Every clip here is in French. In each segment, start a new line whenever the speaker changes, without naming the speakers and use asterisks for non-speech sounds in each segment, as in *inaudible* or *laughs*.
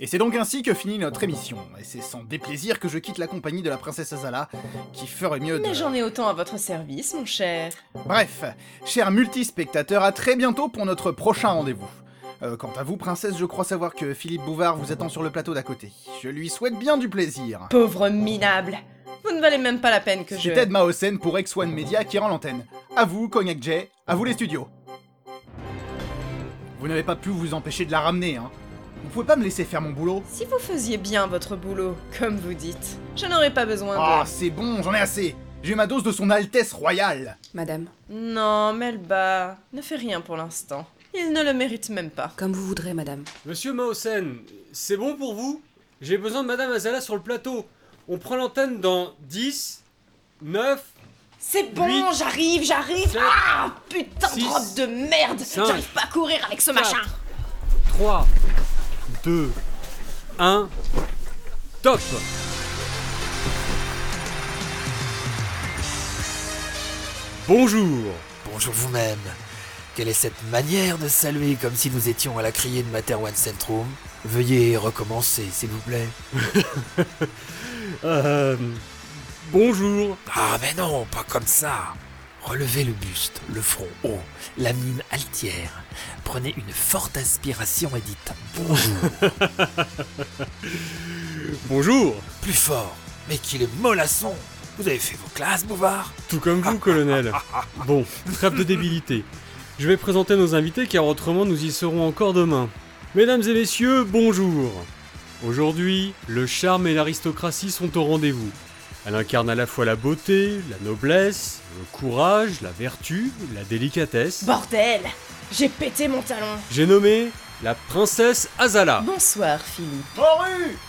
Et c'est donc ainsi que finit notre émission, et c'est sans déplaisir que je quitte la compagnie de la princesse Azala, qui ferait mieux de...
Mais j'en ai autant à votre service, mon cher.
Bref, chers multispectateurs, à très bientôt pour notre prochain rendez-vous. Euh, quant à vous, princesse, je crois savoir que Philippe Bouvard vous attend sur le plateau d'à côté. Je lui souhaite bien du plaisir.
Pauvre minable. Vous ne valez même pas la peine que je...
C'était Ed Maosen pour X1 Media qui rend l'antenne. À vous, Cognac J, à vous les studios. Vous n'avez pas pu vous empêcher de la ramener, hein Vous pouvez pas me laisser faire mon boulot
Si vous faisiez bien votre boulot, comme vous dites, je n'aurais pas besoin
Ah, c'est bon, j'en ai assez J'ai eu ma dose de son Altesse Royale
Madame,
de... Non, Melba, ne fais rien pour l'instant. Il ne le mérite même pas.
comme vous voudrez, madame.
Monsieur Maosen, c'est bon pour vous J'ai besoin de Madame Azala sur le plateau. On prend l'antenne dans 10, 9,
C'est bon,
Huit,
j'arrive, j'arrive.
sept,
Ah, putain,
six,
de robe de merde.
cinq,
J'arrive pas à courir avec ce
quatre.
machin.
3, 2, 1, top Bonjour
Bonjour vous-même. Quelle est cette manière de saluer comme si nous étions à la criée de Mater One Centrum Veuillez recommencer, s'il vous plaît.
Euh, Bonjour
Ah mais non, pas comme ça. Relevez le buste, le front haut, la mine altière. Prenez une forte inspiration et dites bonjour
Bonjour
plus fort. Mais qu'il est mollasson Vous avez fait vos classes, Bouvard
Tout comme vous, colonel. Bon, trêve de débilité. Je vais présenter nos invités car autrement nous y serons encore demain. Mesdames et messieurs, bonjour. Aujourd'hui, le charme et l'aristocratie sont au rendez-vous. Elle incarne à la fois la beauté, la noblesse, le courage, la vertu, la délicatesse.
Bordel, j'ai pété mon talon.
J'ai nommé la princesse Azala.
Bonsoir, Philippe.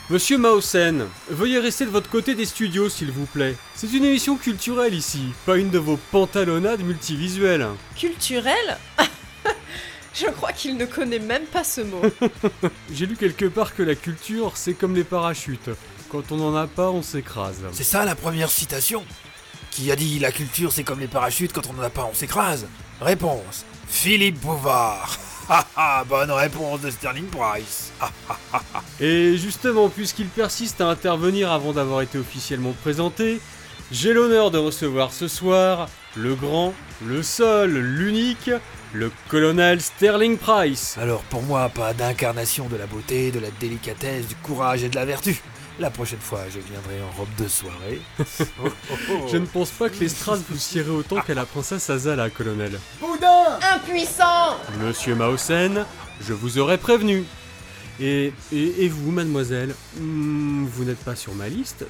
Monsieur Mausen, veuillez rester de votre côté des studios, s'il vous plaît. C'est une émission culturelle ici, pas une de vos pantalonnades multivisuelles.
Culturel *laughs* Je crois qu'il ne connaît même pas ce mot.
J'ai lu quelque part que la culture, c'est comme les parachutes. Quand on n'en a pas, on s'écrase.
C'est ça la première citation Qui a dit la culture c'est comme les parachutes, quand on n'en a pas on s'écrase Réponse Philippe Bouvard *laughs* Ah ah, bonne réponse de Sterling Price Ah,
Et justement, puisqu'il persiste à intervenir avant d'avoir été officiellement présenté, j'ai l'honneur de recevoir ce soir le grand, le seul, l'unique, le colonel Sterling Price.
Alors pour moi, pas d'incarnation de la beauté, de la délicatesse, du courage et de la vertu. La prochaine fois, je viendrai en robe de soirée. Oh, oh, oh.
Je ne pense pas que les strass vous sieraient autant qu'à la princesse Azala, colonel.
Boudin
Impuissant.
Monsieur Mausen, je vous aurais prévenu. Et, et, et vous, mademoiselle, hmm, vous n'êtes pas sur ma liste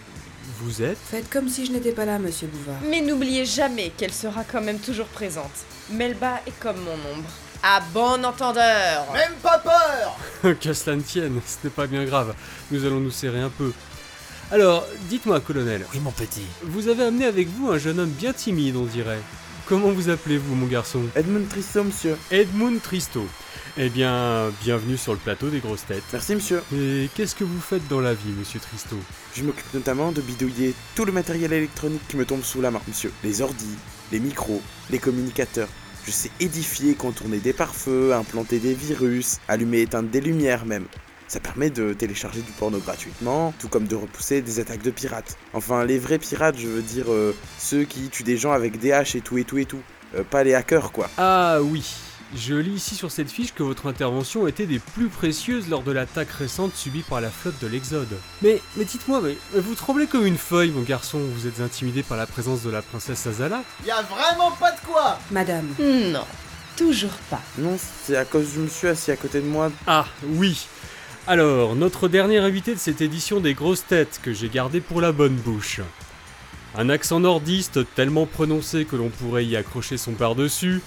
Vous êtes
Faites comme si je n'étais pas là, monsieur Bouvard.
Mais n'oubliez jamais qu'elle sera quand même toujours présente. Melba est comme mon ombre. À bon entendeur
Même pas peur
Qu'à cela ne tienne, ce n'est pas bien grave. Nous allons nous serrer un peu. Alors, dites-moi, colonel,
Oui, mon petit.
vous avez amené avec vous un jeune homme bien timide, on dirait. Comment vous appelez-vous, mon garçon
Edmund Tristan, monsieur.
Edmund Tristo. Eh bien, bienvenue sur le plateau des grosses têtes.
Merci, monsieur.
Et qu'est-ce que vous faites dans la vie, monsieur Tristo
Je m'occupe notamment de bidouiller tout le matériel électronique qui me tombe sous la main, monsieur. Les ordis, les micros, les communicateurs. Je sais édifier, contourner des pare-feux, implanter des virus, allumer et éteindre des lumières même. Ça permet de télécharger du porno gratuitement, tout comme de repousser des attaques de pirates. Enfin, les vrais pirates, je veux dire euh, ceux qui tuent des gens avec des haches et tout et tout et tout. Euh, pas les hackers, quoi.
Ah oui, je lis ici sur cette fiche que votre intervention était des plus précieuses lors de l'attaque récente subie par la flotte de l'Exode. Mais, mais dites-moi, mais vous tremblez comme une feuille, mon garçon, vous êtes intimidé par la présence de la princesse Azala
Y a vraiment pas de quoi
Madame,
Non, toujours pas.
Non, c'est à cause du monsieur assis à côté de moi.
Ah oui Alors, notre dernier invité de cette édition des grosses têtes que j'ai gardé pour la bonne bouche. Un accent nordiste tellement prononcé que l'on pourrait y accrocher son par-dessus,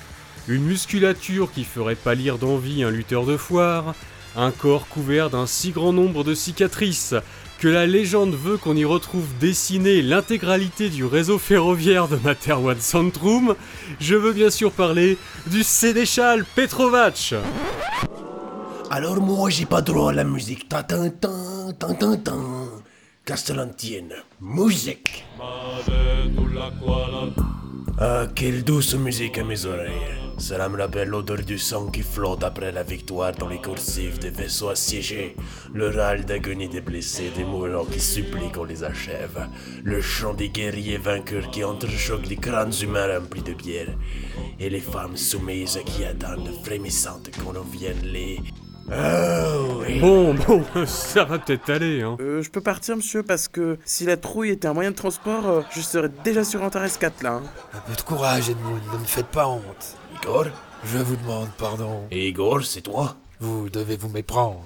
une musculature qui ferait pâlir d'envie un lutteur de foire, un corps couvert d'un si grand nombre de cicatrices que la légende veut qu'on y retrouve dessiner l'intégralité du réseau ferroviaire de Materwan Centrum, je veux bien sûr parler du sénéchal Petrovac.
Alors moi j'ai pas droit à la musique. Tin, tin, tin, tin, tin, tin. Qu'à cela ne tienne. Musique. Ah, quelle douce musique à mes oreilles. Cela me rappelle l'odeur du sang qui flotte après la victoire dans les coursifs des vaisseaux assiégés, le râle d'agonie des blessés, des mourants qui supplient qu'on les achève, le chant des guerriers vainqueurs qui entrechoquent les crânes humains remplis de bière, et les femmes soumises qui attendent frémissantes qu'on en vienne les... Oh oui.
Bon, bon, *laughs* ça va peut-être aller, hein.
Euh, je peux partir, monsieur, parce que si la trouille était un moyen de transport, euh, je serais déjà sur Antares 4 là. hein.
Un peu de courage, Edmund, ne me faites pas honte.
Igor
Je vous demande pardon.
Et Igor, c'est toi
Vous devez vous méprendre.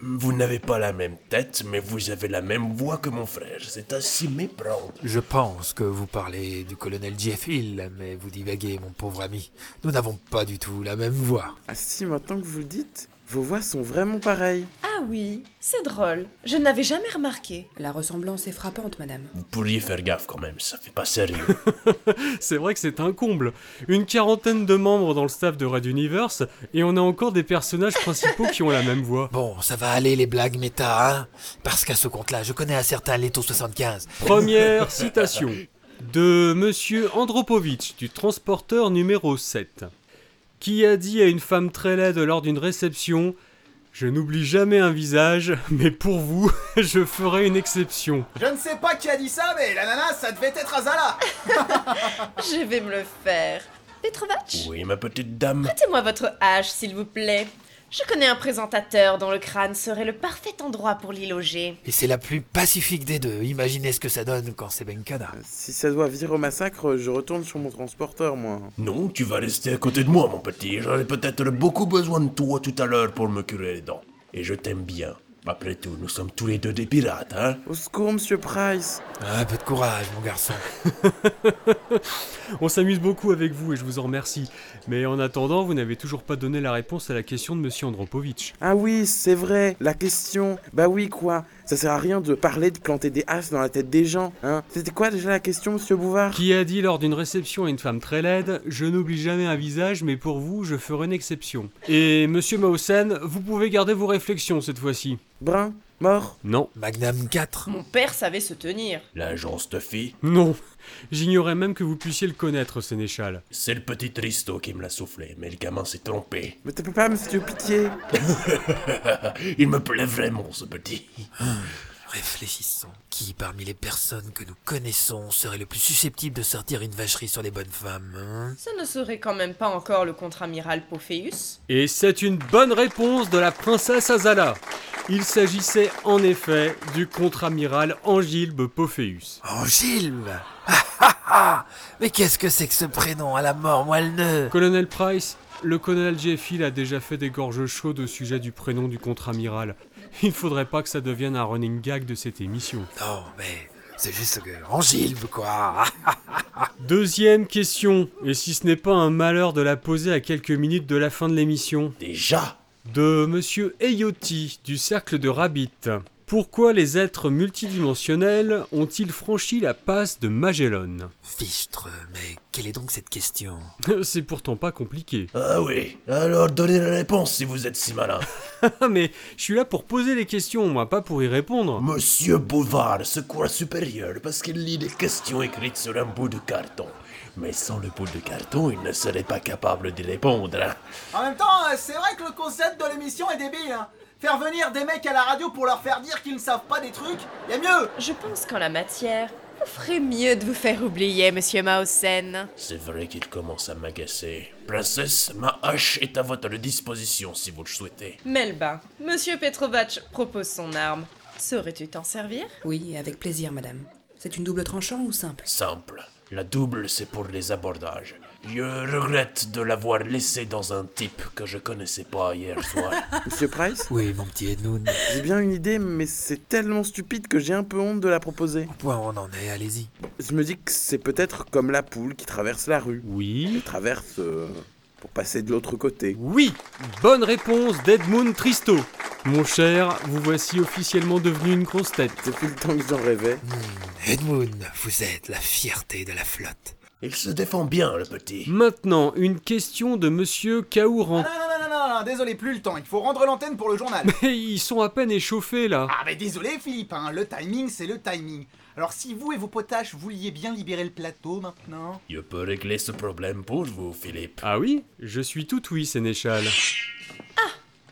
Vous n'avez pas la même tête, mais vous avez la même voix que mon frère. C'est à s'y méprendre.
Je pense que vous parlez du colonel Jeff Hill, mais vous divaguez, mon pauvre ami. Nous n'avons pas du tout la même voix.
Ah si, maintenant que vous le dites, vos voix sont vraiment pareilles.
Ah oui, c'est drôle. Je n'avais jamais remarqué.
La ressemblance est frappante, madame.
Vous pourriez faire gaffe quand même, ça fait pas sérieux.
C'est vrai que c'est un comble. Une quarantaine de membres dans le staff de Red Universe, et on a encore des personnages principaux qui ont la même voix.
Bon, ça va aller les blagues méta, hein Parce qu'à ce compte-là, je connais un certain Leto 75.
Première citation de monsieur Andropovitch du transporteur numéro 7, qui a dit à une femme très laide lors d'une réception Je n'oublie jamais un visage, mais pour vous, *laughs* je ferai une exception.
Je ne sais pas qui a dit ça, mais l'ananas, ça devait être Azala
Je vais me le faire. Petrovac,
Oui, ma petite dame.
prêtez-moi votre hache, s'il vous plaît. Je connais un présentateur dont le crâne serait le parfait endroit pour l'y loger.
Et c'est la plus pacifique des deux. Imaginez ce que ça donne quand c'est Benkada.
Si ça doit virer au massacre, je retourne sur mon transporteur, moi.
Non, tu vas rester à côté de moi, mon petit. J'aurai peut-être beaucoup besoin de toi tout à l'heure pour me curer les dents. Et je t'aime bien. Après tout, nous sommes tous les deux des pirates, hein
Au secours, monsieur Price.
Un peu de courage, mon garçon.
On s'amuse beaucoup avec vous et je vous en remercie. Mais en attendant, vous n'avez toujours pas donné la réponse à la question de monsieur Andropovitch.
Ah oui, c'est vrai, la question. Bah oui, quoi. Ça sert à rien de parler de planter des as dans la tête des gens, hein. C'était quoi déjà la question, monsieur Bouvard
Qui a dit lors d'une réception à une femme très laide Je n'oublie jamais un visage, mais pour vous, je ferai une exception. Et monsieur Mausen, vous pouvez garder vos réflexions cette fois-ci.
Brun Mort
Non.
Magnum 4.
Mon père savait se tenir.
L'agence te fit.
Non. J'ignorais même que vous puissiez le connaître, Sénéchal.
C'est le petit Tristo qui me l'a soufflé, mais le gamin s'est trompé.
Mais t'as pas, monsieur Pitié
Il me plaît vraiment, ce petit.
Réfléchissons. Qui parmi les personnes que nous connaissons serait le plus susceptible de sortir une vacherie sur les bonnes femmes hein
Ce ne serait quand même pas encore le contre-amiral Pophéus
Et c'est une bonne réponse de la princesse Azala. Il s'agissait en effet du contre-amiral Angilbe Pophéus.
Angilbe Ah ah ah Mais qu'est-ce que c'est que ce prénom à la mort moelleux
Colonel Price, le colonel Jeffy a déjà fait des gorges chaudes au sujet du prénom du contre-amiral. Il faudrait pas que ça devienne un running gag de cette émission.
Non, Oh, mais c'est juste que Angilbe, quoi *laughs*
Deuxième question, et si ce n'est pas un malheur de la poser à quelques minutes de la fin de l'émission,
Déjà
de Monsieur Eyoti du Cercle de Rabbit. Pourquoi les êtres multidimensionnels ont-ils franchi la passe de Magellan *laughs*
Fichtre, mais quelle est donc cette question
C'est pourtant pas compliqué. *laughs*
Ah oui, alors donnez la réponse si vous êtes si malin.
Mais je suis là pour poser les questions, moi, pas pour y répondre.
Monsieur Bouvard se croit supérieur parce qu'il lit des questions écrites sur un bout de carton. Mais sans le bout de carton, il ne serait pas capable d'y répondre. hein.
En même temps, euh, c'est vrai que le concept de l'émission est débile, hein. Faire venir des mecs à la radio pour leur faire dire qu'ils ne savent pas des trucs, y'a mieux
Je pense qu'en la matière, vous ferez mieux de vous faire oublier, monsieur Mausen.
C'est vrai qu'il commence à m'agacer. Princesse, ma hache est à votre disposition si vous le souhaitez.
Melba, monsieur Petrovac propose son arme. Saurais-tu t'en servir
Oui, avec plaisir, madame. C'est une double tranchant ou simple
Simple. La double, c'est pour les abordages. Je regrette de l'avoir laissée dans un type que je connaissais pas hier soir.
Monsieur Price
Oui, mon petit Edmund.
J'ai bien une idée, mais c'est tellement stupide que j'ai un peu honte de la proposer.
Au point où on en est, allez-y.
Je me dis que c'est peut-être comme la poule qui traverse la rue.
Oui.
Elle traverse euh, pour passer de l'autre côté.
Oui Bonne réponse d'Edmund Tristo. Mon cher, vous voici officiellement devenu une grosse tête.
Depuis le temps que j'en rêvais.
Hmm, Edmund, vous êtes la fierté de la flotte.
Il se défend bien, le petit.
Maintenant, une question de monsieur Kaouran.
Non, non, non, non, non, Ah, désolé, plus le temps, il faut rendre l'antenne pour le
*laughs*
journal.
Mais ils sont à peine échauffés là.
Ah mais désolé Philippe, hein, le timing c'est le timing. Alors si vous et vos potaches vouliez bien libérer le plateau maintenant...
Je peux régler ce problème pour vous, Philippe.
Ah oui Je suis tout oui, Sénéchal.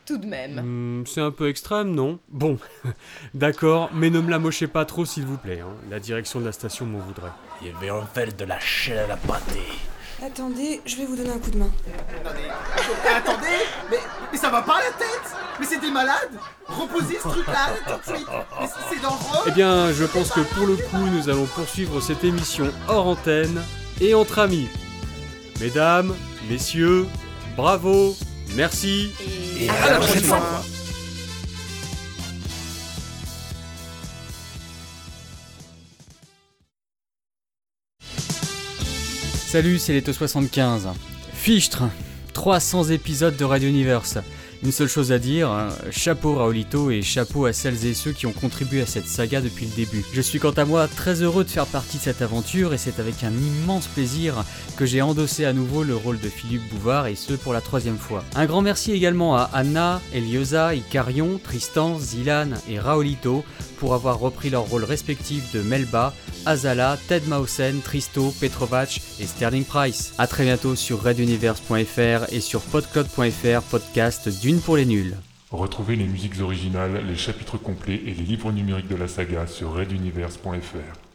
Tout de même.
Hmm, c'est un peu extrême, non Bon, *laughs* d'accord, mais ne me la mochez pas trop, s'il vous plaît. hein. La direction de la station m'en voudrait.
Je vais en faire de la chair à pâté.
Attendez, je vais vous donner un coup de main.
Attendez mais, mais ça va pas la tête Mais c'est des malades Reposez ce truc là tout de suite Mais c'est- c'est dangereux
Eh bien, je pense que pour le coup, nous allons poursuivre cette émission hors antenne et entre amis. Mesdames, messieurs, bravo, merci.
Et...
à la prochaine fois.
Salut, c'est Leto75. Fichtre 300 épisodes de Radio Universe. Une seule chose à dire, hein, chapeau Raolito et chapeau à celles et ceux qui ont contribué à cette saga depuis le début. Je suis quant à moi très heureux de faire partie de cette aventure et c'est avec un immense plaisir que j'ai endossé à nouveau le rôle de Philippe Bouvard et ce pour la troisième fois. Un grand merci également à Anna, Eliosa, Icarion, Tristan, Zilan et Raolito pour avoir repris leurs rôles respectifs de Melba, Azala, Ted Mausen, Tristo, Petrovac et Sterling Price. A très bientôt sur reduniverse.fr et sur podcloud.fr, podcast d'une pour les nuls.
Retrouvez les musiques originales, les chapitres complets et les livres numériques de la saga sur raiduniverse.fr.